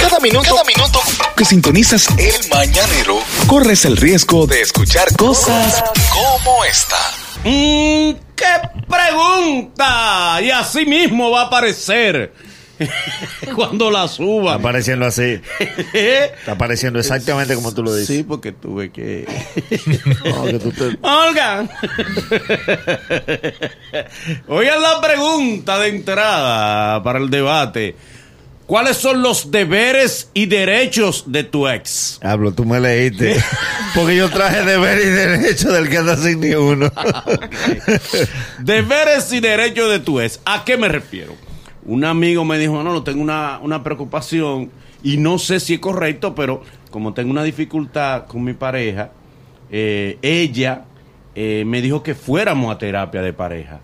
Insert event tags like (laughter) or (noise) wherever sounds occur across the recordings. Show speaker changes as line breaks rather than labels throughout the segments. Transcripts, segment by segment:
Cada minuto, cada minuto que sintonizas el mañanero, corres el riesgo de escuchar cosas como esta.
Mm, ¡Qué pregunta! Y así mismo va a aparecer (laughs) cuando la
Está
suba.
apareciendo así. Está apareciendo exactamente como tú lo dices.
Sí, porque tuve que. No, que tú te-
Olga. Oigan la pregunta de entrada para el debate. ¿Cuáles son los deberes y derechos de tu ex?
Hablo, tú me leíste. Porque yo traje deber y derecho del que anda sin ni uno.
Deberes y derechos de tu ex. ¿A qué me refiero? Un amigo me dijo, no, no, tengo una, una preocupación y no sé si es correcto, pero como tengo una dificultad con mi pareja, eh, ella eh, me dijo que fuéramos a terapia de pareja.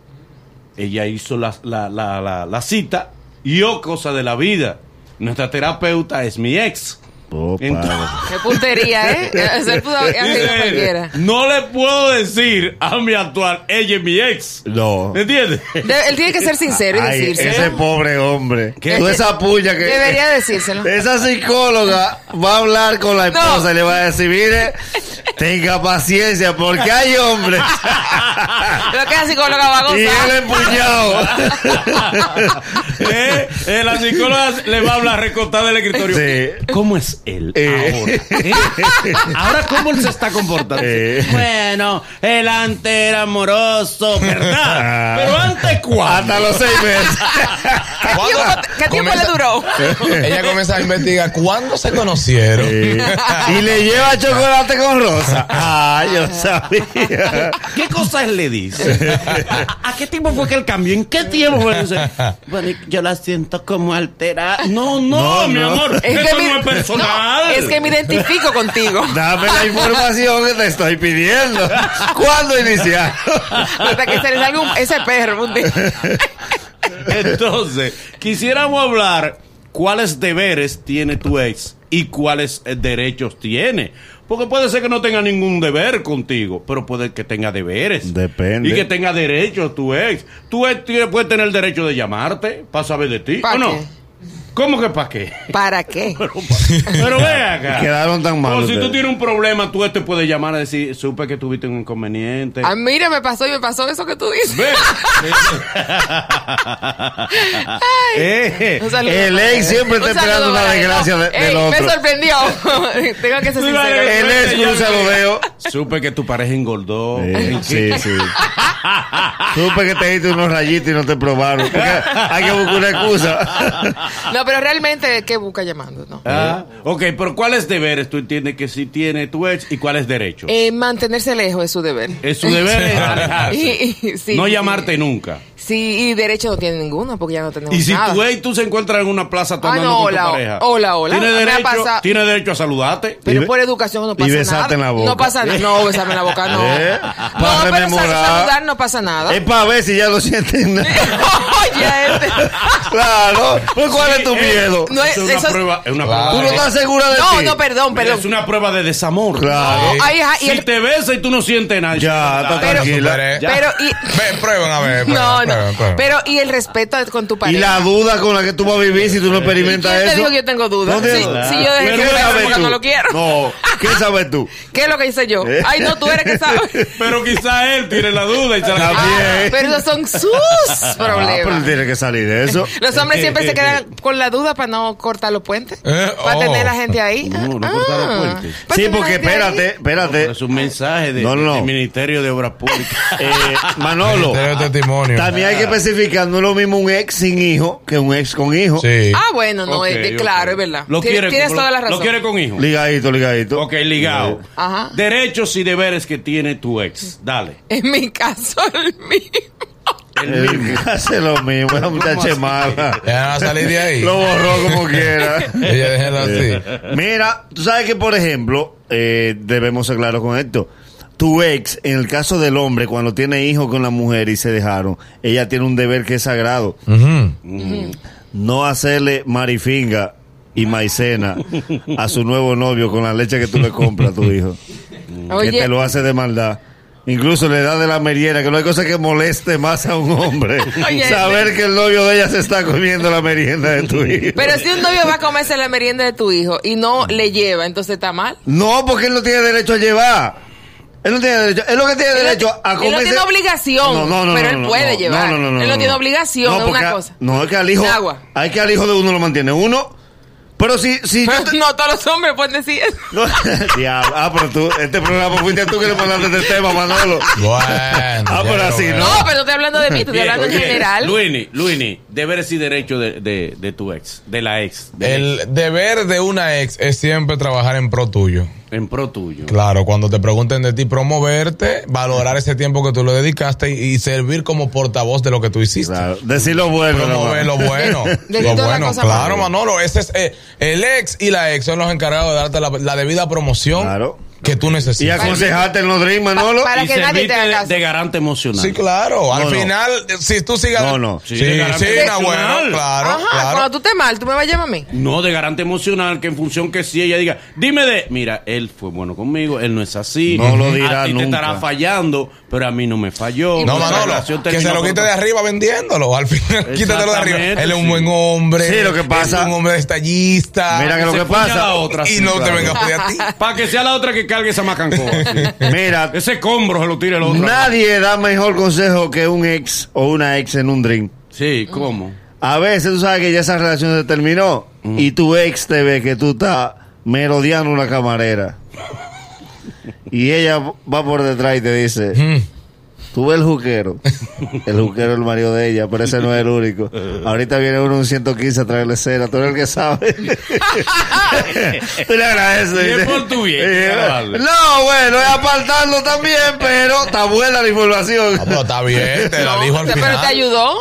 Ella hizo la, la- la- la- la cita y oh, cosa de la vida. Nuestra terapeuta es mi ex.
Oh, padre. (laughs)
Entonces-
Qué puntería, ¿eh? Hacer pudo hacer lo que quiera.
no le puedo decir a mi actual, ella es mi ex.
No.
¿Me entiendes?
De- él tiene que ser sincero y
Ay,
decirse.
ese pobre hombre.
¿Qué?
Toda esa puya que. Eh.
Debería decírselo.
Esa psicóloga va a hablar con la esposa y le va a decir: Mire, tenga paciencia porque
(laughs)
hay hombres.
Lo que es psicóloga va a
y él
gozar.
empuñado.
Eh, eh, la psicóloga le va a hablar recortada del escritorio.
Sí.
¿Cómo es él
Eh.
ahora? ¿Eh? ¿Ahora cómo él se está comportando?
Eh.
Bueno, él antes era amoroso, ¿verdad?
Ah.
Pero antes cuándo.
Hasta los seis meses.
¿Qué tiempo, qué tiempo
Comienza-
le duró?
Eh.
(laughs) Ella comienza a investigar cuándo se conocieron.
Eh, y le lleva chocolate con rosa.
(laughs)
Ah, yo sabía.
¿Qué cosas le dice? ¿A, a qué tiempo fue que él cambió? ¿En qué tiempo fue? Dice, Bueno, yo la siento como alterada. No, no,
No,
mi
no.
amor.
Es que
eso
mi-
no es personal.
No, es que me identifico
(laughs)
contigo.
Dame la información que te estoy pidiendo. ¿Cuándo iniciar?
Hasta que se le salga un- ese perro un día.
Entonces, quisiéramos hablar cuáles deberes tiene tu ex y cuáles eh, derechos tiene. Porque puede ser que no tenga ningún deber contigo, pero puede que tenga deberes.
Depende.
Y que tenga derechos tu ex. Tu ex tiene- puede tener el derecho de llamarte para saber de ti,
¿Pa'
¿o no?
qué?
¿Cómo que para qué?
¿Para qué?
(laughs)
Pero ve acá.
Quedaron tan mal
O si tú
ustedes.
tienes un problema, tú te puedes llamar a decir, supe que tuviste un inconveniente.
Ah, mira, me pasó y me pasó eso que tú dices. (laughs)
Ve. (laughs) Eh.
Un saludo
El
para
ex
él.
siempre está
Un saludo
esperando una
para él.
desgracia de-
Ey,
del otro.
Me sorprendió. (laughs) Tengo que ser
Sí, vale.
sincero.
El ex cruza los dedos.
Supe que tu pareja engordó.
Eh,
(laughs)
Sí, sí. Supe que te diste unos rayitos y no te probaron. Porque hay que buscar una excusa.
No, pero realmente, ¿qué busca llamando? No.
(laughs) Ah, ok, pero ¿cuáles deberes tú entiendes que sí tiene tu ex y cuáles derechos?
Eh, mantenerse lejos es su deber.
es su
(laughs)
deber es alejarse.
Y- y- sí,
no
sí.
llamarte nunca.
Sí, y derecho no tiene ninguno porque ya no tenemos
Y si
nada.
tu ex tú se encuentras en una plaza
Ah,
tomando
no,
con
hola,
tu pareja.
hola, hola.
¿tiene
Me ha
derecho,
pasado-
tiene derecho a saludarte.
Y
Pero
be-
por educación no
y
pasa nada.
besarte en la boca.
No pasa nada. No, besarme en la boca, no.
(laughs) ¿Eh?
No,
Para
pero sal-
rememorar.
saludar no pasa nada.
Es para ver si ya lo
(laughs)
sienten.
(laughs)
Oye, este-
Claro. Pues ¿Cuál es tu miedo?
No,
es, una
eso-
prueba, es una
¿Tú no
prueba.
estás segura de
No,
ti?
no, perdón,
de-
perdón.
Es una prueba de desamor.
Claro.
No, ay, ajá, y
Si
el-
te besas y tú no sientes nada.
Ya, está
Pero-
tranquila.
Superé.
pero y
Ve, prueben a
(laughs)
ver. prueben,
no,
prueben,
no.
prueben.
Pero y el respeto con tu
Y
pareja.
la duda con la que tú vas a vivir si tú no
¿Quién
experimentas
te
eso.
dijo que yo tengo dudas?
No
Si
tiene
sí,
duda.
sí, yo dejé
Pero
que
¿qué
me
sabes
porque
tú?
no lo quiero.
No, ¿qué
(laughs)
sabes tú?
¿Qué es lo que hice yo?
¿Eh?
Ay, no, tú eres que
(laughs)
sabes.
Pero quizá él tiene la duda y se la
Ah,
También.
pero esos son sus
Ah, pero
problemas.
tiene que salir de
(laughs)
eso.
Los hombres siempre se quedan con la duda para no cortar los puentes.
Eh,
Para
oh.
tener a la gente ahí.
No, no cortar los puentes.
para
Sí,
tener
porque
la gente ahí.
espérate, espérate.
Es un mensaje de-
No, no, no.
del Ministerio de Obras Públicas.
Eh,
(laughs)
Manolo,
Ministerio de testimonio.
también hay que especificar, no es lo mismo un ex sin hijo que un ex con hijo.
Sí.
Ah, bueno, (laughs) no,
Ok,
es, de-
ok.
claro, es verdad.
Lo
Tienes-
quiere con-
tienes
lo-
toda la razón.
Lo quiere con hijo.
Ligadito, ligadito. Eh,
Ok, ligado.
Ajá.
Derechos y deberes que tiene tu ex. Dale.
(laughs) En mi caso, (laughs) el mismo.
El mismo. (laughs) Hace lo mismo, (laughs) la muchacha es mala.
Ella no va a salir de ahí.
Lo borró como (laughs) quiera.
Ella déjela así.
Mira, tú sabes que, por ejemplo, eh, debemos ser claros con esto. Tu ex, en el caso del hombre, cuando tiene hijos con la mujer y se dejaron, ella tiene un deber que es sagrado.
Ujú.
No hacerle marifinga y maicena a su nuevo novio con la leche que tú le compras a tu hijo. Que te
Oye,
lo hace de maldad. Incluso la edad de la merienda, que no hay cosa que moleste más a un hombre.
Oye,
saber que el novio de ella se está comiendo la merienda de tu hijo.
Pero si un novio va a comerse la merienda de tu hijo y no le lleva, entonces está mal.
No, porque él no tiene derecho a llevar. Él no tiene derecho. Él lo que tiene
Él no-
derecho a
él no
comerse.
tiene obligación, pero él puede llevar. Él no tiene obligación, es una
porque-
cosa.
No, es que al hijo.
Agua.
Hay que al hijo de uno lo mantiene. Uno. Pero si,
(laughs)
si yo te-
No, todos los hombres pueden decir eso.
No, (laughs) diablo. ah, pero tú, este programa fuiste tú que le mandaste este tema, Manolo.
Bueno.
Ah,
ya
pero
lo
así,
veo.
No, pero no estoy hablando de mí, te
(laughs)
estoy
Bien,
hablando en
bien.
general.
Luini, Luini, deberes y derechos de, de- de tu ex, de la ex, de-
El deber de una ex es siempre trabajar en pro tuyo.
en pro tuyo.
Claro, cuando te pregunten de ti, promoverte, valorar ese tiempo que tú lo dedicaste y, y servir como portavoz de lo que tú hiciste.
Claro, decir lo bueno.
Promover
¿no?
lo
(laughs)
bueno.
Decir
lo
todas las
bueno,
cosas
claro,
buenas.
Manolo. Ese es, eh, el ex y la ex son los encargados de darte la, la debida promoción
Claro.
que tú necesitas.
Y aconsejarte en los drinks, Manolo.
para
y
que nadie te
servirte
haga
de,
caso.
de garante emocional.
Sí, claro. Al
No, no.
final, eh, si tú sigas.
No, no.
Sí, sí,
Sí, de garantía
no,
nacional.
bueno, claro,
Ajá,
claro.
cuando tú estés mal, tú me vas a llamar a mí.
No de garante emocional, que en función que si ella diga, dime de, mira, él fue bueno conmigo, él no es así.
No lo dirá
a ti
nunca.
te estará fallando, pero a mí no me falló.
No,
Nuestra
Manolo,
relación
que se
terminó
lo
por-
quite de arriba vendiéndolo. Al final, (laughs) quítatelo de arriba.
Exactamente,
Él es un
sí.
buen hombre.
Sí, lo que
Es
pasa-
un hombre destallista.
Mira que lo
Se
que
puñala
pasa.
a otra,
y
sí,
no te
claro.
venga a pedir a (laughs) ti.
Para que sea la otra que cargue esa
(laughs)
macancoa. sí.
Mira,
Ese combro se lo tire el otro.
nadie da mejor consejo que un ex o una ex en un drink.
Sí, ¿cómo?
A veces tú sabes que ya esa relación se terminó
Mm.
y tu ex te ve que tú estás merodeando una camarera. Y ella va por detrás y te dice,
Mm.
tú ves el juquero. El juquero es el marido de ella, pero ese no es el único. Ahorita viene uno un 115 a traerle cera, tú eres el que sabe. tú le agradeces.
Y es
dice.
por tu bien,
Y es-
vale.
No, bueno, es apartando también, pero está buena la información.
No, Ah, pero está bien, te la
No,
dijo al
pero
final.
te ayudó.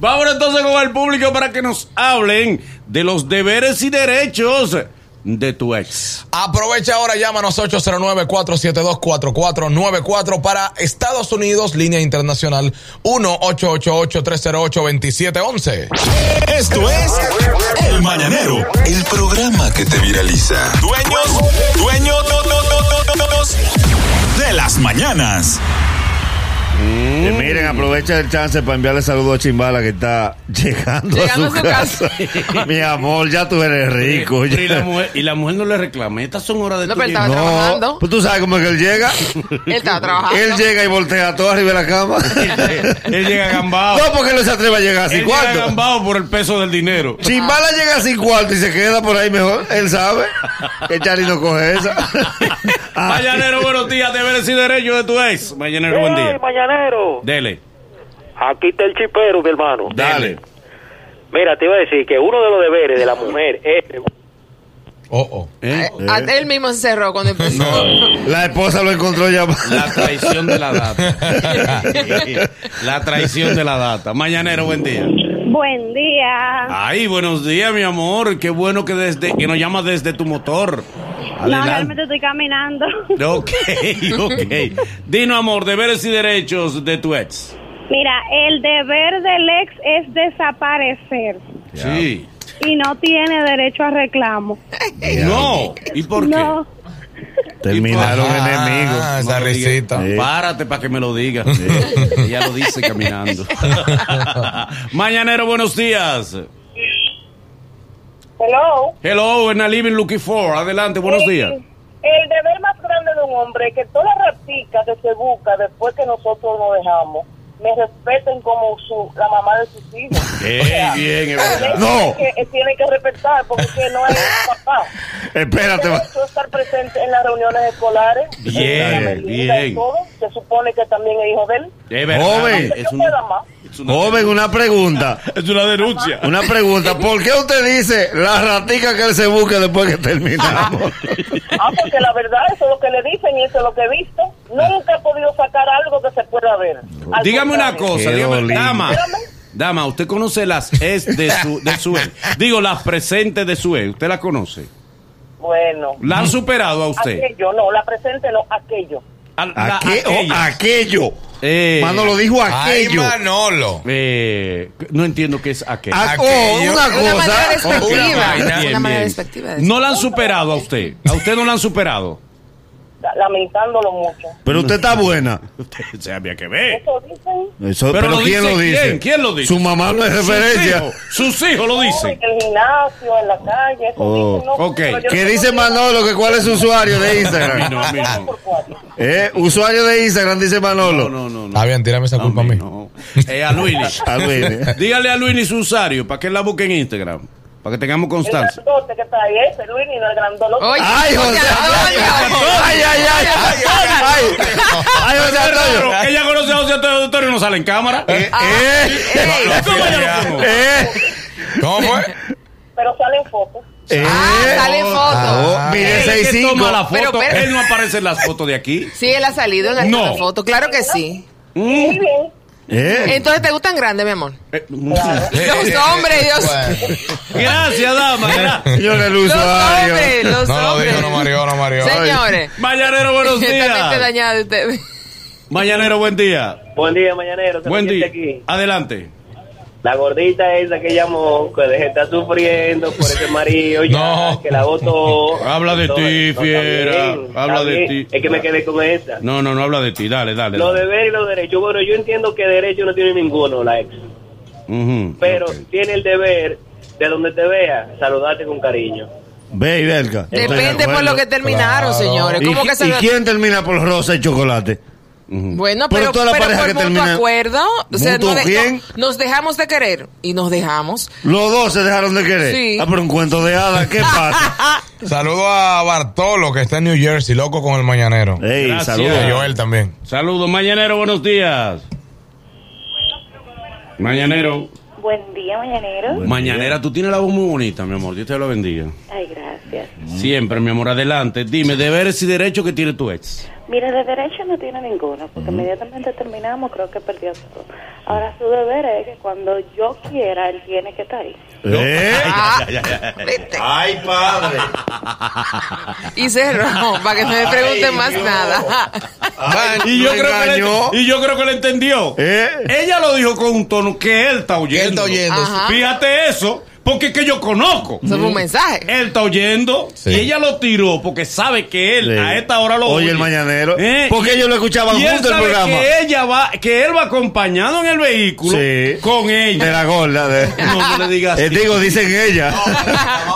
Vamos entonces con el público para que nos hablen de los deberes y derechos de tu ex.
Aprovecha ahora, llámanos 809-472-4494 para Estados Unidos, línea internacional 1-888-308-2711.
Esto es El Mañanero.
El programa que te viraliza.
Dueños, dueños, no, no, no, no, no, no, de las mañanas.
Eh, miren, aprovecha el chance para enviarle saludos a Chimbala que está llegando,
Llegando
a su, casa. (laughs) Mi amor, ya tú eres rico.
Eh, Pero y,
ya.
la mujer, y la mujer no le reclama. Estas son horas de
No,
tu
pero
vida.
estaba trabajando.
pues tú sabes cómo es que él llega.
Él estaba trabajando.
él llega y voltea todo arriba de la cama.
(laughs) Eh, Él llega
(laughs)
gambado.
no, porque no se atreve a llegar a
Él
sin
llega
cuarto.
gambado por el peso del dinero.
Chimbala llega a sin cuarto y se queda por ahí mejor. Él sabe que Charlie no coge esa.
Ah.
Ay,
(laughs) Mañanero, buenos días. Deberes y derechos de tu ex. Mañanero, buen
¡Ey,
día.
mañanero!
Dele,
Aquí está el chipero, mi hermano.
dale.
Mira, te iba a decir que uno de los deberes de la mujer es...
Oh, oh.
¿Eh?
A- él mismo se cerró cuando empezó.
la esposa lo encontró ya.
La traición de la data. (laughs) la traición de la data. Mañanero, buen día.
Buen día.
Ay, buenos días, mi amor. Qué bueno que desde que nos llamas desde tu motor.
No, realmente
Adelante.
estoy caminando. (laughs)
Ok, ok. Dino, amor, deberes y derechos de tu ex.
Mira, el deber del ex es desaparecer
Sí.
y no tiene derecho a reclamo.
No. ¿Y por qué?
No.
(laughs)
(laughs)
Terminaron
Ah,
enemigos.
Esa risita.
Sí.
Párate para que me lo digas. Ella lo dice caminando. (laughs) Mañanero, buenos días.
Hello.
Hello, en a living looking for. Adelante, buenos días.
El deber más grande de un hombre es que toda replicas que se busca después que nosotros nos dejamos me respeten como su, la mamá de sus hijos.
Ey, bien, es verdad.
No,
Que tiene que respetar porque no es papá.
espérate. va.
Yo estar presente en las reuniones escolares.
Bien, bien.
Se supone que también es hijo de él.
Es verdad.
Joven.
Es una, es una-
Joven, una pregunta.
es una denuncia.
Una pregunta, ¿por qué usted dice la ratica que él se busca después que terminamos?
Ah, porque la verdad, eso es lo que le dicen y eso es lo que he visto. Nunca he podido sacar algo que se pueda ver. Al
Dígame una
contrario.
cosa,
Qué
dígame,
dolido.
dama. Dama, usted conoce las ex de su, de su ex. Digo, las presentes de su ex. Usted las conoce.
Bueno,
¿La han superado a usted?
aquello, no, la presente no, aquello.
(laughs) A, Oh, la-
Aque- o
aquellas.
aquello.
Eh,
Manolo dijo
Ay,
aquello.
Manolo.
eh, no entiendo qué es aquello.
Ah, oh,
aquello.
una
Es una manera
cosa.
Una
despectiva.
vaina.
Es
Bien,
una manera
bien.
despectiva. de
(laughs)
No la han superado a usted. A usted no la han superado.
lamentándolo mucho.
Pero usted está buena.
Se había que ver.
Eso dicen
Eso-
Pero
pero
lo
¿quién
dice
lo dice?
quién, ¿quién lo dice?
Su mamá no es
Sus
referencia.
hijos, Sus hijos lo
no,
dicen.
en el gimnasio, en la calle, eso
Oh,
dicen. No,
ok.
pero yo
¿Qué
no
dice
digo-
Manolo? Que ¿Cuál es su usuario de
A mí no,
Instagram?
a mí no.
por cuatro.
¿Eh? Usuario de Instagram dice
No,
Manolo.
no, no. no.
Está bien, tírame esa
A
culpa a
mí
mí.
no. Eh, a Luini.
A Luini.
(laughs) Dígale a Luini su usuario para que la busque en Instagram. Para que tengamos
El
constancia.
grandote que está ahí, ese Luis, ni el grandote.
Oye,
Ay, José Antonio. Ay, ay, ay. Ay, ay, José Antonio.
Pero ella conoce a José Antonio Doctorio y no sale en cámara.
Eh,
Ah,
eh,
ey,
¿Cómo ella lo conoce?
eh,
¿Cómo (laughs) fue?
Pero salen fotos.
eh.
Ah, sale foto.
Oh, mire,
Él es que
6'5".
toma la
Pero,
foto.
pero-
Él no aparece en las fotos de aquí.
Sí, él ha salido en alguna
No.
foto. Claro que sí.
Muy bien.
Eh.
Entonces, ¿te gustan grandes, mi amor?
Eh,
Los hombres, Dios.
Eh, Bueno,
Gracias, dama.
(laughs)
gracias.
Señor el
Los
usuario.
hombres, los
no lo
hombres.
dijo, no mareó, no mareó.
Señores. este- (laughs)
Mañanero, buenos
Completamente
días.
dañada de ustedes.
Mañanero, buen día.
Buen día, mañanero. ¿Qué
Buen
me siente
día.
Aquí?
Adelante.
La gordita esa que llamó, que deje está sufriendo por ese marido, ya,
No.
que la votó.
Habla de ti,
está
fiera.
bien,
Habla
está
de
bien.
ti.
Es que me quedé con esa.
No, no, no habla de ti. Dale, dale.
Los
dale.
deberes y los derechos. Bueno, yo entiendo que derecho no tiene ninguno la ex,
Ujú,
pero
ok.
tiene el deber de donde te vea, saludarte con cariño.
Ve y verga. Estoy de
Depende por
acuerdo.
lo que terminaron,
Claro.
señores. ¿Cómo
¿Y,
que se
y
lo-
quién termina por rosa y chocolate?
Bueno,
Pero
pero,
toda la
pero
pareja
por
que
mutuo
termina-
acuerdo, o sea,
¿Mutuo
no de-
quién?
no- nos dejamos de querer y nos dejamos.
Los dos se dejaron de querer.
Sí.
Ah, pero un cuento de hadas,
(laughs)
¿qué pasa?
Saludo a Bartolo, que está en New Jersey, loco con el mañanero.
Ey,
Gracias.
Y
saludos.
a Joel también.
Saludos, Mañanero, buenos días. Mañanero.
Buen día, mañanero.
Mañanera, tú tienes la voz muy bonita, mi amor. Dios te lo bendiga.
Ay, gracias.
Mm. Siempre, mi amor, adelante. Dime, deberes y derechos que tiene tu ex.
Mira, de derecho no tiene ninguno, porque inmediatamente terminamos, creo que perdió todo. Ahora su deber es que cuando yo quiera, él tiene que
(laughs)
estar ahí.
¿Eh?
Ah, vete.
Ay, padre.
Y cerró, para que no me pregunten más nada.
Y yo,
lo
creo que
engañó.
le, y yo creo que le entendió.
¿Eh?
Ella lo dijo con un tono que él está oyendo.
él está oyendo.
Ajá.
Fíjate eso, porque es que yo conozco.
Eso fue un mensaje.
Él está oyendo
Sí.
y ella lo tiró porque sabe que él
Sí.
a esta hora lo
Oye,
oye.
eh.
Eh,
el mañanero. Porque
y-
ellos lo escuchaban
y él
junto el
sabe
programa.
Que ella va, que él va acompañado en el vehículo
Sí.
con
De
ella.
la gorda. De...
No, (laughs) no le digas
Eh,
así.
digo, dicen
(laughs)
ella.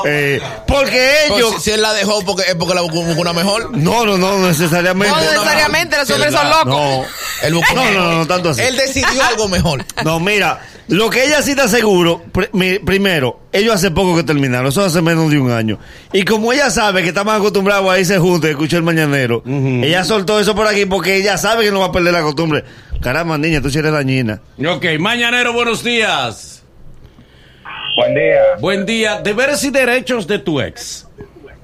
Eh, porque ellos.
Pues, si, él la dejó porque es porque la buscó una mejor.
No, no, no, necesariamente.
No necesariamente, los hombres son locos.
No.
(laughs)
Él buscó
No, no, no, tanto así.
Él
(laughs)
decidió algo mejor.
No, mira, lo que ella sí te aseguro, pr- mi- primero, ellos hace poco que terminaron, eso hace menos de un año. Y como ella sabe que estamos acostumbrados a irse juntos, escucha el mañanero, ella soltó eso por aquí porque ella sabe que no va a perder la costumbre. Caramba, niña, tú sí eres dañina.
Ok, mañanero, buenos días.
Buen día.
Buen día. Deberes y derechos de tu ex.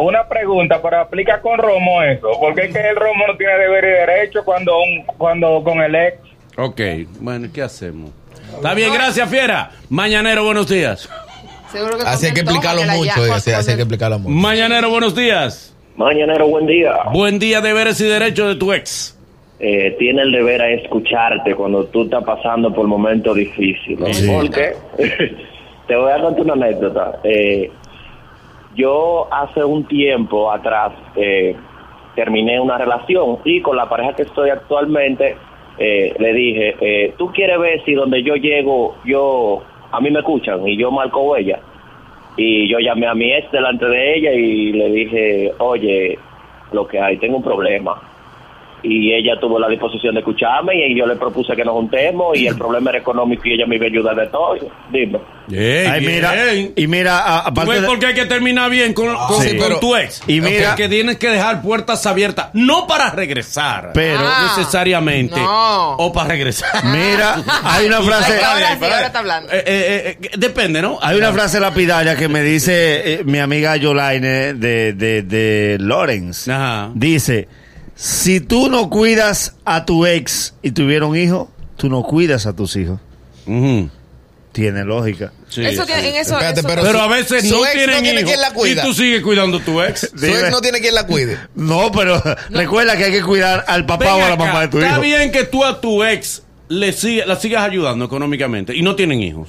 Una pregunta, pero aplica con Romo eso. porque es que el Romo no tiene deber y derecho cuando un, cuando con el ex?
Ok, bueno, ¿qué hacemos? Está bien, gracias, fiera. Mañanero, buenos días.
Seguro que
Así hay que
cuando él toma,
explicarlo
que la
mucho.
llama,
Así, así hay que
cuando él-
explicarlo mucho.
Mañanero, buenos días.
Mañanero, buen día.
Buen día, deberes y derechos de tu ex.
Eh, tiene el deber a escucharte cuando tú estás pasando por momentos difíciles.
Sí.
Porque (laughs) te voy a contar una anécdota. Eh, yo hace un tiempo atrás eh, terminé una relación y con la pareja que estoy actualmente eh, le dije, eh, tú quieres ver si donde yo llego, yo a mí me escuchan y yo marco huella. Y yo llamé a mi ex delante de ella y le dije, oye, lo que hay, tengo un problema y ella tuvo la disposición de escucharme y yo le propuse que nos juntemos y el problema era económico y ella me iba a ayudar de todo. Dime.
Ay, mira, y mira, a-
¿Tú
aparte
ves
de-
por qué Pues hay que terminar bien con, con-
Sí.
con
pero-
tu ex?
y mira-
Porque tienes que dejar puertas abiertas, no para regresar
Pero-
Ah,
necesariamente,
no.
o
(laughs)
para regresar.
mira, hay una frase,
Ay, ahora sí,
Para-
ahora está hablando.
Eh, eh, eh, depende, ¿no?
hay una frase lapidaria que me dice eh, mi amiga Yolaine de, de, de Lawrence.
Ajá.
Dice, si tú no cuidas a tu ex y tuvieron hijos, tú no cuidas a tus hijos.
Ujú.
Tiene lógica.
Sí,
eso
sí.
tiene, en eso,
Espérate,
eso-
pero-
Pero a veces
Su
no
ex no
tienen
tiene
hijos
quien la cuida.
y tú sigues cuidando a
(laughs)
tu ex.
Su ex
Dime.
no tiene quien la cuide.
No, pero (laughs) recuerda que hay que cuidar al papá
Ven
o a la
acá,
mamá de tu
Está
hijo.
bien que tú a tu ex le siga- la sigas ayudando económicamente y no tienen hijos.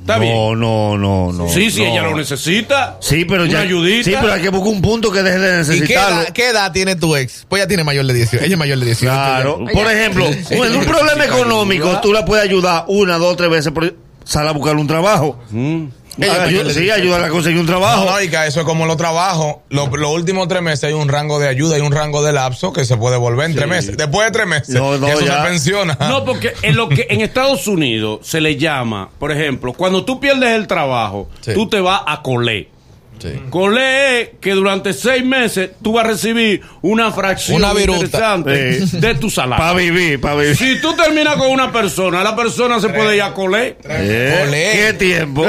Está
no,
bien.
no, no, no.
sí, sí,
no.
ella lo necesita.
Sí, pero
Una
ya.
ayudita.
Sí, pero hay que buscar un punto que deje de
¿Y qué
necesitarlo.
edad, qué edad tiene tu ex? Pues ya tiene mayor de 18. Ella es mayor de 18.
Claro.
ya.
Por ejemplo, en un problema económico, tú la puedes ayudar una, dos, tres veces, pero sal a buscar un trabajo.
Mm.
Ella-
Ayu- sí, ayúdala a conseguir un trabajo.
No, Marica, eso es como los trabajos. Lo- Los últimos tres meses hay un rango de ayuda y un rango de lapso que se puede volver en tres meses. Después de tres meses,
No, no,
ya eso
ya.
se pensiona.
No, porque en lo que en Estados Unidos se le llama, por ejemplo, cuando tú pierdes el trabajo,
Sí.
tú te vas a colé.
Sí.
Colé es que durante seis meses tú vas a recibir una fracción
Una viruta.
interesante
Sí.
de tu salario.
Para vivir, para vivir.
Si tú terminas con una persona, la persona se puede ir a colé.
Eh,
Olé.
¿Qué tiempo?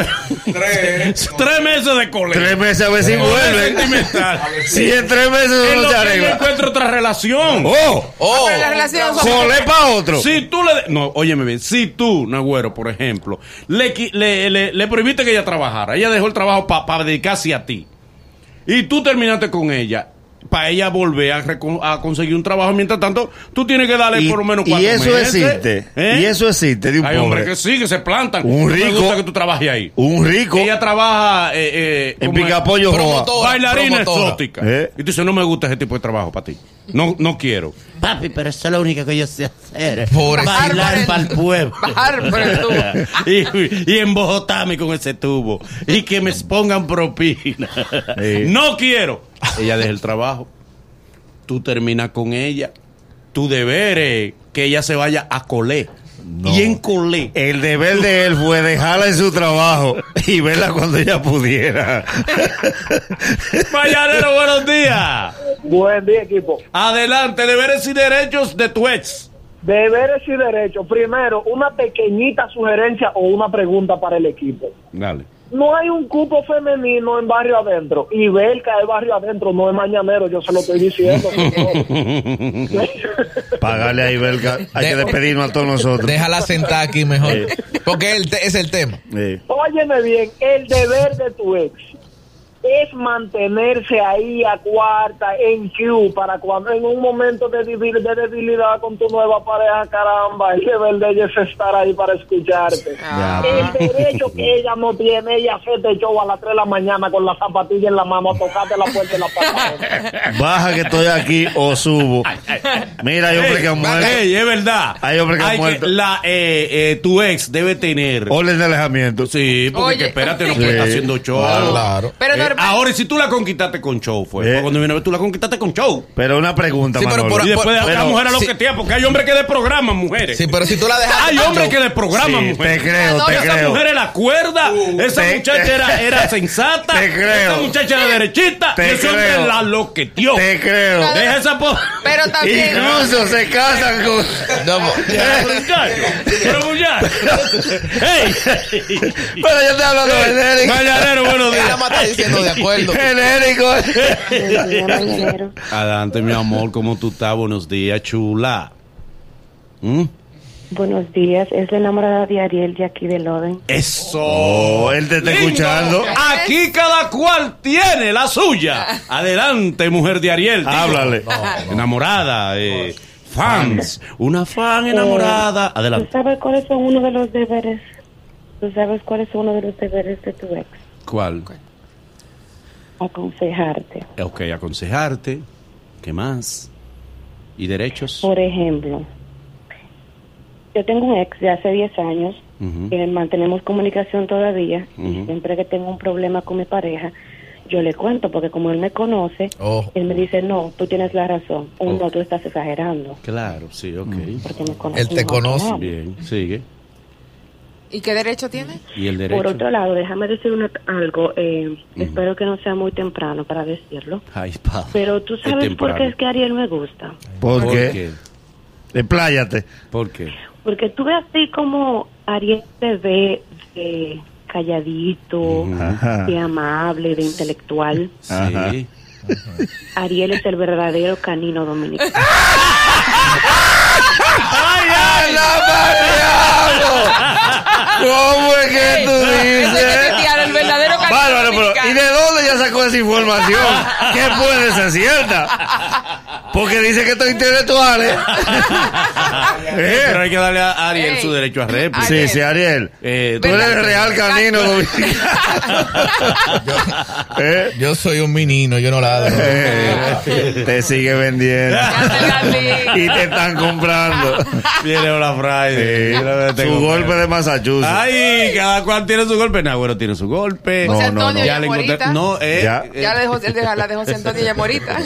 Tres.
Tres meses de
(laughs)
colé.
tres meses a ver si vuelve. (laughs)
Sentimental.
Si en tres meses
En
no
lo
se
que yo
arregla.
encuentro otra relación.
¡Oh!
Oh,
Pero la relación con-
¡Jolé para otro!
Si tú le. de- No, óyeme bien. Si tú, Nagüero, por ejemplo, le, qui- le, le- le prohibiste que ella trabajara, ella dejó el trabajo para dedicarse a ti, y tú terminaste con ella, para ella volver a, reco- a conseguir un trabajo, mientras tanto, tú tienes que darle por lo menos cuatro
y eso
meses,
existe.
¿eh?
Y eso existe de un
Hay hombres
pobre.
que sí, que se plantan.
Un
No me
rico-
gusta que tú trabajes ahí.
Un rico
Ella trabaja. eh, eh,
en
¿cómo es?
picapollo joa.
Promotor.
Bailarina
Promotora.
exótica.
¿Eh?
Y tú dices, no me gusta ese tipo de trabajo para ti. No, no quiero.
Papi, pero eso es lo único que yo sé hacer.
Pobre-
Bailar para el pueblo.
Bajar, pero tú.
y, y embojotarme con ese tubo. Y que me pongan propina.
(laughs) Sí.
No quiero. (laughs) Ella deja el trabajo. Tú terminas con ella. Tu deber es que ella se vaya a colé. Y en colé.
El deber de él fue dejarla en su trabajo y verla cuando ella pudiera.
Mañanero, buenos días.
Buen día, equipo.
Adelante, deberes y derechos de tu ex.
Deberes y derechos. Primero, una pequeñita sugerencia o una pregunta para el equipo.
Dale.
No hay un cupo femenino en barrio adentro. Y Belka es barrio adentro, no es mañanero, yo se lo estoy diciendo.
Pagarle a Iberca. Hay que
De-
despedirnos a todos nosotros.
déjala sentada aquí mejor. Porque el te- es el tema.
Sí.
Óyeme bien, el deber de tu ex es mantenerse ahí a cuarta, en Q, para cuando en un momento de, debil- de debilidad con tu nueva pareja, caramba, el deber de ella es estar ahí para escucharte.
Ah.
El derecho que ella no tiene, ella se te echó a las 3 de la mañana con la zapatilla en la mano a tocarte la puerta de la pared.
Baja que estoy aquí o subo. Mira, hay hombres que han muerto.
Ey, es verdad.
Hay hombres que han muerto.
la, eh, eh, tu ex debe tener.
Orden de alejamiento.
Sí,
pues.
porque
Oye.
que espérate, no
Sí.
puede estar haciendo show.
Claro.
Pero
Eh,
normal.
ahora, y si tú la conquistaste con show, fue.
Eh.
Porque Cuando vino a ver, tú la conquistaste con show.
Pero una pregunta,
Sí, pero
Manolo.
por-
Y después
Pero-
la mujer a lo
sí.
que tiene, porque hay hombres que desprograman mujeres.
Sí, pero si tú la dejas.
hay hombres que desprograman
Sí, te
mujeres.
creo, te
esa
creo. Uh,
mujer era cuerda, esa
te-
muchacha era, era sensata,
Te creo.
esa muchacha era derechita,
Te
y ese hombre
creo.
la loqueteó.
Te creo.
Deja esa po...
Pero también.
Incluso se casan con.
No, mo-
Pero muchacho, pero muchacho. ¡Ey!
Pero yo te hablo de genérico.
Mañanero, buenos
Ella
días.
más está diciendo de acuerdo.
Genérico.
mañanero.
Adelante, mi amor, ¿cómo tú estás? Buenos días, chula. ¿Mm?
Buenos días, es la enamorada de Ariel de aquí de Loden.
Eso.
Oh, él te está
Lindo.
escuchando.
Aquí cada cual tiene la suya. Adelante, mujer de Ariel.
Ah,
Digo,
Háblale.
Enamorada. eh, fans. Una fan
Eh,
enamorada.
¿Tú
Adelante.
sabes cuáles son uno de los deberes? ¿Tú sabes cuáles son uno de los deberes de tu ex?
¿Cuál?
Aconsejarte.
Ok, aconsejarte. ¿Qué más? ¿Y derechos?
Por ejemplo, yo tengo un ex de hace 10 años
Ujú.
que mantenemos comunicación todavía. y
Ujú.
Siempre que tengo un problema con mi pareja, yo le cuento, porque como él me conoce,
Oh.
él me dice, no, tú tienes la razón, o
Oh.
no, tú estás exagerando,
Claro, sí, ok.
porque me conoce.
Él te
igual que
conoce.
nadie".
Bien, sigue.
¿Y qué derecho tiene?
¿Y el derecho?
Por otro lado, déjame decir una- algo, eh, espero que no sea muy temprano para decirlo,
Ay, padre.
pero tú
Qué
sabes por
temprano.
qué es que Ariel me gusta.
¿Por
¿Por
qué?
qué?
Expláyate.
¿Por qué?
Porque tú ves así como Ariel se ve de calladito,
Ajá.
de amable, de intelectual.
Sí.
Ajá.
Ariel es el verdadero canino dominicano.
¡Ay, la madre, amo! ¿Cómo es que
(laughs)
tú
Ese que te
dices?
tiraron, el verdadero República
Bárbaro, pero ¿y
Dominicana.
de dónde ya sacó esa información?
(laughs)
¿Qué puede ser cierta? Porque dice que estos
(laughs)
intelectuales. Eh.
Pero hay que darle a Ariel
Ey.
su derecho a réplica.
Sí, sí, Ariel.
Eh,
Tú eres el real canino
(laughs)
dominicano. Eh, (laughs)
Yo soy un menino, yo no ladro.
eh, te sigue vendiendo. Y te están comprando.
Viene Hola Friday. Mira, mira,
Sí.
tengo
Su
miedo.
golpe de Massachusetts.
Ay, cada cual tiene su golpe. Nagüero tiene su golpe.
José No, no, Antonio no.
Ya le
llamó
encontré.
ahorita.
No, eh,
Ya.
eh,
Ya la dejó, él dejó- la dejó José Antonio y llamó ahorita.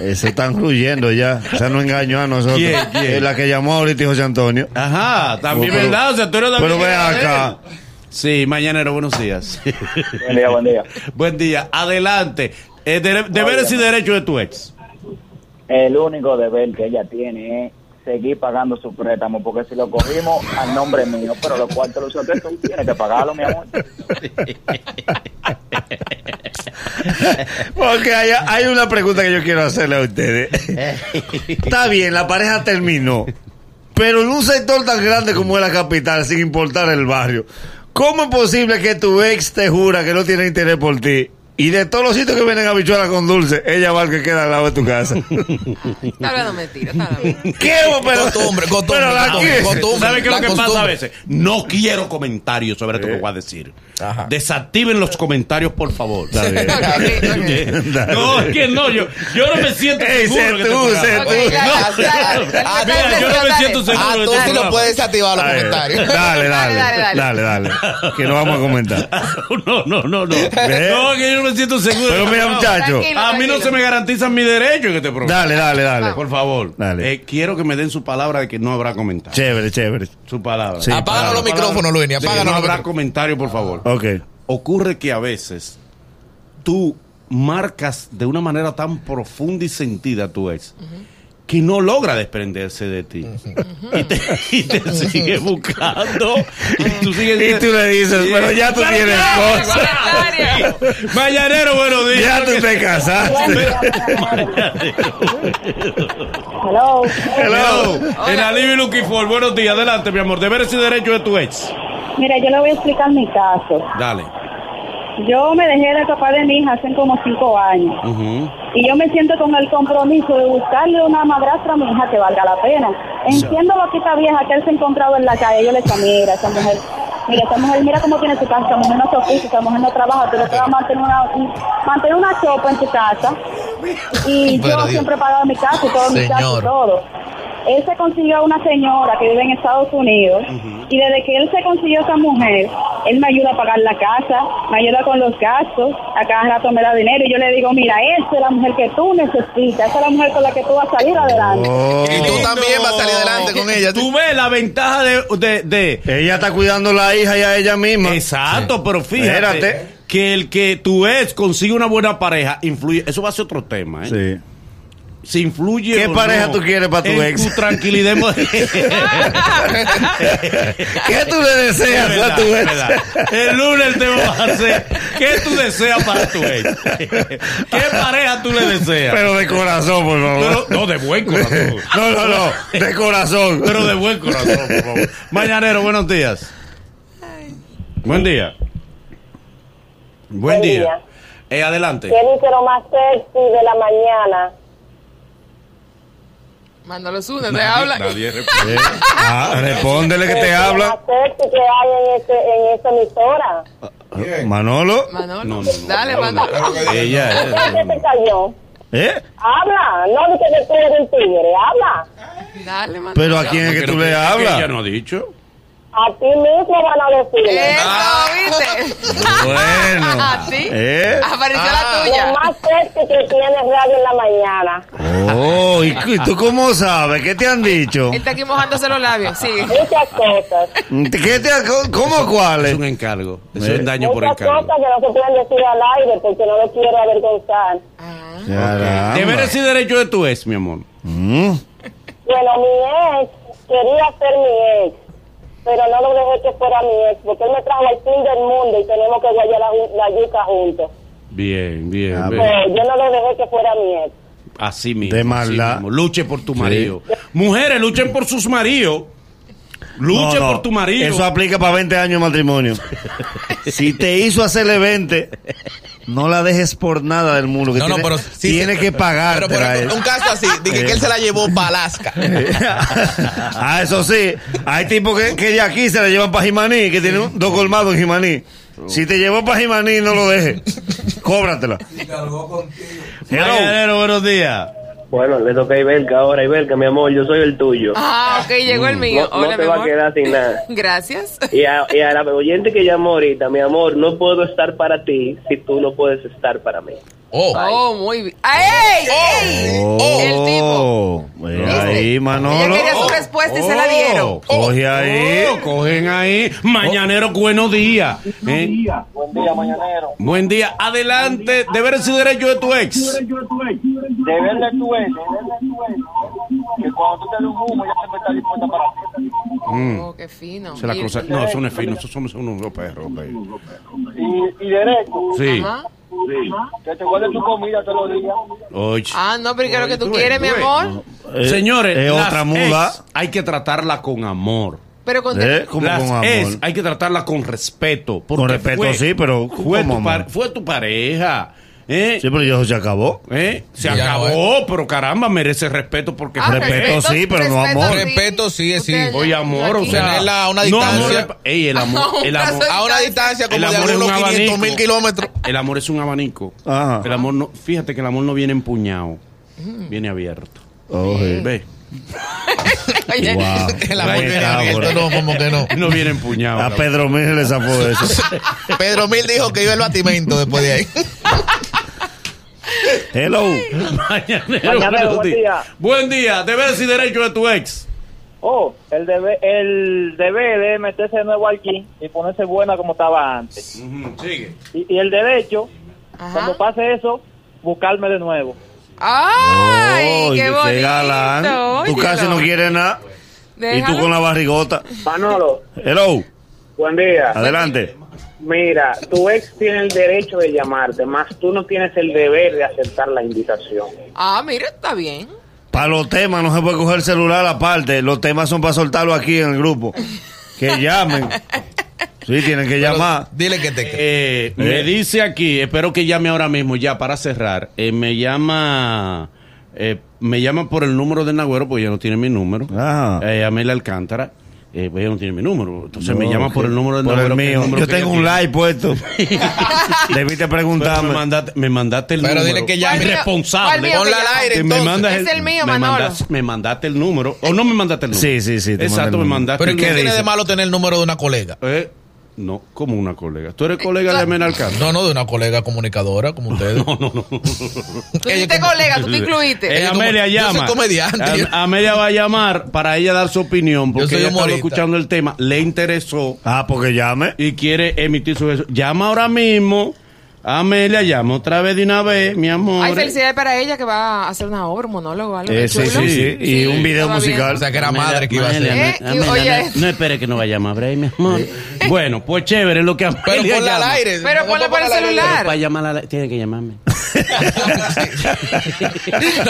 Eh, Se están fluyendo ya. O sea, no engañó a nosotros.
¿Quién? ¿Quién?
Eh, La que llamó ahorita y José Antonio.
Ajá, también
Pero-
verdad. O sea, tú eres también.
Pero ve acá.
Sí, mañanero, buenos días. (laughs)
Buen día, buen día.
Buen día, adelante. Eh, dere- deberes y derechos de tu ex.
El único deber que ella tiene es seguir pagando su préstamo, porque si lo cogimos al nombre mío, pero los cuartos los usaste tú, tienes que pagarlo, mi amor.
Porque hay, hay una pregunta que yo quiero hacerle a ustedes. Está bien, la pareja terminó. Pero en un sector tan grande como es la capital, sin importar el barrio, ¿cómo es posible que tu ex te jura que no tiene interés por ti? Y de todos los sitios que vienen a Bichuela con dulce, ella va al que queda al lado de tu casa.
Está hablando mentira, está hablando mentira.
¿Qué? Pero,
Costumbre, costumbre,
pero la
costumbre,
quieres.
costumbre,
¿Sabes qué es
la
lo que pasa a
costumbre.
veces? No quiero comentarios sobre esto que voy a decir. Desactiven los comentarios, por favor.
Está bien.
(laughs) No, es que no, yo, yo no me siento
Ey,
seguro.
sé
en
tú,
este programa.
sé tú.
No, Ah,
Dale, dale, dale.
mira, yo no me
Dale.
siento seguro.
Ah,
en
tú
este
sí lo
programa.
puedes desactivar los
Ay,
comentarios.
Dale, dale,
Dale, dale,
dale, dale. Que no vamos a comentar.
(laughs) No, no, no, no. No, que yo no me siento seguro.
Pero mira,
No.
muchacho.
Tranquilo,
A mí no
tranquilo.
se me garantizan mis derechos en este programa.
Dale, dale, dale.
Por favor.
Dale.
Eh, quiero que me den su palabra de que no habrá comentario.
Chévere, chévere.
Su palabra.
Sí,
Apaga
palabra.
los micrófonos, Luini.
Sí,
Apaga
no
los
habrá
micrófonos.
comentario, por favor.
Ok.
Ocurre que a veces tú marcas de una manera tan profunda y sentida a tu ex que no logra desprenderse de ti. y, te, y te sigue buscando. Y tú, sigues
Y tú le dices, pero ya tú tienes cosas.
Comentario.
Mañanero, buenos días.
Ya tú te casaste.
Hello.
Hello.
Hola.
En Alibi Looking For. Buenos días. Adelante, mi amor. Deberes y derechos de tu ex.
Mira, yo le voy a explicar mi caso.
Dale.
Yo me dejé de papá de mi hija hace como cinco años.
Ujú.
Y yo me siento con el compromiso de buscarle una madrastra a mi hija que valga la pena. Entiendo lo que esta vieja que él se ha encontrado en la calle. Yo le decía, mira, esa mujer, mira, esa mujer, mira cómo tiene su casa. Esa mujer no se oficia, esa mujer no trabaja. Tú le vas a mantener una, un- mantener una chopa en tu casa.
(laughs)
Y
Pero
yo
Dios.
siempre he pagado mi casa y todo, mi casa y
Señor.
todo. Él se consiguió a una señora que vive en Estados Unidos y desde que él se consiguió a esa mujer, él me ayuda a pagar la casa, me ayuda con los gastos, a cada rato me da dinero y yo le digo, mira, esa es la mujer que tú necesitas, esa es la mujer con la que tú vas a salir adelante.
Oh.
Y tú también vas a salir adelante con ella.
Tú ves la ventaja de. de- de-
Ella está cuidando a la hija y a ella misma.
Exacto, pero fíjate.
Espérate.
Que el que tu ex consigue una buena pareja influye. Eso va a ser otro tema, ¿eh?
Sí.
Si influye.
¿Qué
o
pareja
no
tú quieres para tu
en
ex?
Tu tranquilidad.
(laughs)
emo-
¿Qué tú le
Es
deseas a
verdad,
tu
es
ex?
verdad. El lunes el tema va a ser ¿Qué tú deseas para tu ex?
(laughs)
¿Qué pareja tú le deseas?
Pero de corazón, por favor.
Pero- no, de buen corazón.
(laughs) No, no, no. De corazón.
Pero de buen corazón, por favor. Mañanero, buenos días. Buen día. Buen, día.
día.
Eh, adelante.
dice lo más sexy de la mañana?
Mándalo uno, te habla.
Eh, ah, respóndele que
Eh,
te habla.
sexy que hay en, este, en esta emisora.
Manolo.
Manolo,
No, no, no,
dale,
no,
Manolo.
no. Ella es. Ah,
cayó?
¿Eh?
Habla, no dice que tú eres un tigre, habla.
Dale, Manolo.
Pero a quién es que tú le hablas.
Ella no ha dicho.
A ti mismo van a decirle.
Ah,
Ah.
Eso, ¿viste?
Bueno.
(laughs) A ti.
¿Eh?
Apareció
Ah.
la
Lo
tuya.
más sexy que tiene radio en la mañana.
Oh, ¿y cu- tú cómo sabes? ¿Qué te han dicho?
Él está aquí mojándose los labios. Sí.
Muchas cosas.
¿Qué te han- ¿Cómo
Es
cuáles?
un encargo. Es
¿Eh?
un daño por
Muchas
encargo.
cosas que no se pueden decir al aire porque no lo quiero avergonzar.
Caramba.
Deberes y derechos de tu ex, mi amor.
Mm.
Bueno, mi ex quería ser mi ex, pero no lo dejé que fuera mi ex porque él me trajo al fin del mundo y tenemos que guayar la, ju- la yuca juntos.
Bien, bien.
Ah,
bien.
Pero yo no lo dejé que fuera mi ex.
Así mismo.
De
así
maldad.
mismo. Luche por tu marido. Mujeres, luchen por sus maridos. Luche por tu marido.
Eso aplica para 20 años
(laughs)
de matrimonio. si te hizo hacerle 20, no la dejes por nada del mundo. Que
No, no,
tiene,
pero sí
tiene
se-
que pagar.
Pero por ejemplo, un caso así, de que, que él se la
(laughs)
llevó para Alaska.
(laughs) ah, eso sí. Hay tipos que, que de aquí se la llevan para Jimaní, que tienen un- dos colmados en Jimaní. Si te llevó para Jimaní, no lo dejes. Cóbratela.
Mañanero, buenos días.
Bueno, le toca a Ibelka ahora. Ibelka, mi amor, yo soy el tuyo.
Ah, ok, llegó
Mm.
el mío.
No, no
Hola,
te
mi
va a
amor.
quedar sin nada.
Gracias.
Y a, y a la oyente que llamó ahorita, mi amor, no puedo estar para ti si tú no puedes estar para mí.
Oh.
muy bien. ¡Ay, ey, ey! El tipo.
Oh, eh, ahí,
Ella
Manolo.
Oh,
quería su respuesta y se la dieron.
Coge ahí.
Oh.
cogen ahí. Mañanero, buenos días. Eh,
Buen día, mañanero.
Buen día. Adelante. Deberes y derechos de tu ex.
Deber de tu ex, que cuando tú te des un humo, ya siempre está dispuesta para ti.
Mm.
Oh, qué fino.
Se la cosa- No, eso no es fino. Esos somos unos perros. baby.
Y, y derecho.
Sí.
Ajá.
Que te guarde tu comida todos los días.
Oye.
Ah, no, pero ¿qué es lo que tú quieres, mi amor?
Eh, Señores,
eh,
las
otra muda.
ex hay que tratarla con amor.
Pero con
Eh, ¿cómo
Las
con amor?
ex hay que tratarla con respeto. porque
Con respeto, sí, pero
fue
¿cómo
tu,
amor?
par- fue tu pareja. ¿eh?
Sí, pero ya se acabó.
¿eh? Se
Ya,
acabó, pero caramba, merece respeto porque
Ah,
Respeto sí, pero no
respeto,
amor.
sí.
Respeto sí, es sí.
Oye, amor, o sea,
Tenerla a una
no, amor,
distancia.
de- ey, (laughs) el amor, el
Ah, un
amor,
brazo
A una distancia
el
como de
amor es un
algunos 500
abanico.
mil kilómetros. (laughs)
El amor es un abanico.
Ajá.
El amor no, fíjate que el amor no viene empuñado, viene abierto. Eh.
Oh,
(laughs)
sí.
Ve,
Oye,
Wow.
El amor
Qué
viene
cabra.
abierto, no, como que
(laughs)
no.
no viene empuñado.
Ah,
A Pedro Miguel le zafó eso.
(laughs)
Pedro Mil dijo que iba el batimento después de ahí. (laughs)
Hello.
(laughs) Mañanero,
Mañanero,
buenos
buen
días.
día.
Buen día, deberes y derechos de tu ex.
Oh, el debe, el debe de meterse de nuevo aquí y ponerse buena como estaba antes.
Sigue.
Y, y el derecho,
Ajá.
cuando pase eso, buscarme de nuevo.
Ay,
Oy,
qué bonito.
galán. Tú
óyelo.
casi no quieres nada. Y tú
Déjalo.
con la barrigota.
Manolo,
Hello.
buen día.
Adelante.
Mira, tu ex tiene el derecho de llamarte, más tú no tienes el deber de aceptar la invitación.
Ah, mira, está bien.
Para los temas no se puede coger celular aparte. Los temas son para soltarlo aquí en el grupo.
(laughs)
Que llamen. Sí, tienen que llamar.
Dile que te cree.
Eh, Me dice aquí, espero que llame ahora mismo, ya para cerrar. eh, me llama eh, me llama por el número de Nagüero, porque ya no tiene mi número.
Ajá.
Eh, Amelia Alcántara, eh, pues ella no tiene mi número. Entonces me
No,
llama por
que-
el número de
por el
Nagüero. que es el
mío.
número
Yo
que ella
tengo un
tiene.
like puesto.
(laughs)
Debiste
Pero me,
preguntarme.
mandaste, me mandaste el
Pero
número.
dile que llame.
Ay,
¿Cuál
Responsable.
mío? Ponla al aire,
Que
entonces.
Es el mío,
me
Manolo.
mandas- me mandaste el número. O no me mandaste el número.
Sí, sí, sí, te mandé el
Exacto, me
número.
mandaste
Pero ¿y
el
¿qué
número.
tiene de malo tener el número de una colega?
Eh, no, como una colega. ¿Tú eres colega de Amelia Alcántara?
No, no, de una colega comunicadora
(laughs)
como ustedes.
No, no,
(laughs)
no.
Tú dijiste colega, tú te incluiste.
Eh,
Yo como-
Amelia
yo soy
llama.
comediante.
Am- Amelia va a llamar para ella dar su
Yo
opinión porque
soy
ella estaba
humorista.
escuchando el tema, le interesó
Ah,
(laughs)
porque llame.
y quiere emitir su eso. Llama ahora mismo. Amelia llama otra vez de una vez, mi amor.
Hay felicidades para ella que va a hacer una obra, un monólogo, algo.
Eh,
qué
sí,
chulo.
sí, sí. Y
Sí,
un video
está bien.
musical.
O sea, que era madre que iba a ser.
Eh, y- oye.
no, no espere que no vaya a llamar ahí, mi amor.
Bueno, pues chévere lo que Amelia
Pero ponla al
llama.
aire.
Pero
No
ponla
puedo
por el
ponerla al aire.
celular.
Para llamar a la- Tiene que llamarme.
(laughs) No,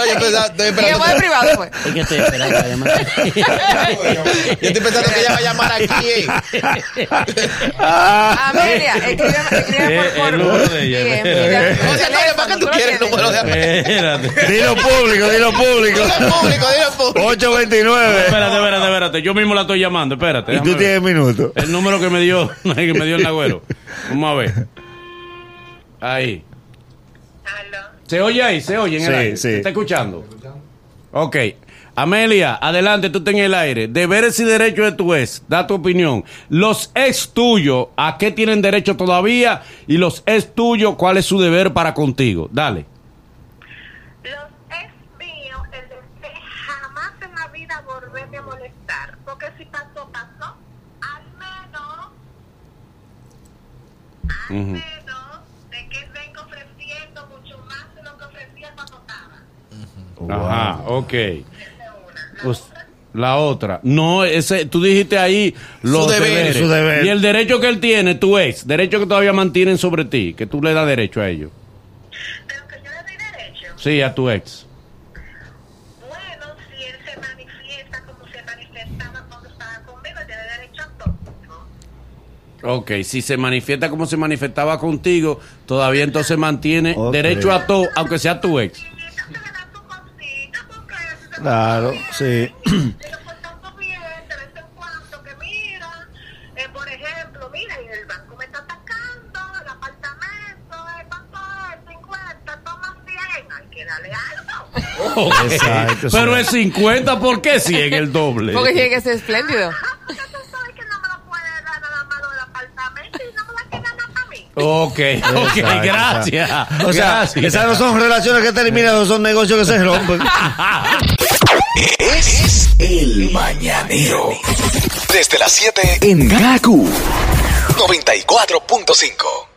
yo pensaba- estoy
Y
esperando.
llamó de privado, pues.
Es que estoy esperando para llamar.
(laughs) Yo estoy pensando que ella va a llamar aquí. eh.
(laughs)
(laughs)
Amelia, escríbeme, escríbeme
Eh,
por, por
el número de ella.
DM, mira,
O sea, no, ¿para qué tú
lo
quieres el
tienes.
número de Amelia?
Espérate.
Dilo público, dilo público.
Dilo al público, dilo al público.
829.
Espérate, espérate, espérate. Yo mismo la estoy llamando, espérate.
Y tú
déjame ver.
tienes minutos.
El número que me dio, (laughs) que me dio el nagüero. Vamos a ver. Ahí. ¿Se oye ahí? ¿Se oye en el
Sí,
aire?
sí.
¿Se está escuchando? Ok. Amelia, adelante, tú estás en el aire. Deberes y derechos de tu ex. Da tu opinión. Los ex tuyos, ¿a qué tienen derecho todavía? Y los ex tuyos, ¿cuál es su deber para contigo? Dale.
Los ex míos, el de usted, jamás en la vida volverme a molestar. Porque si pasó, pasó. Al menos, al
Ujú.
menos de que venga ofreciendo mucho más de lo que ofrecía cuando estaba.
Ajá, ok. Pues, la otra. No, ese, tú dijiste ahí los
Su deber,
deberes.
su deber.
Y el derecho que él tiene, tu ex, derecho que todavía mantienen sobre ti, que tú le das derecho a ellos.
De lo que yo le doy derecho,
Sí, a tu ex.
bueno, si él se manifiesta como se manifestaba cuando estaba conmigo, él tiene
Ok, si se manifiesta como se manifestaba contigo, todavía entonces mantiene
Ok.
derecho a todo, aunque sea tu ex.
Claro, sí. Exacto, sí.
Pero es 50, ¿por qué 100 el doble?
Porque tiene que ser espléndido.
Ah,
Ok, ok,
Exacto,
gracias.
O sea,
Gracias.
esas no son relaciones que terminan, son negocios que se rompen.
Es el mañanero. Desde las 7 en Gaku 94.5.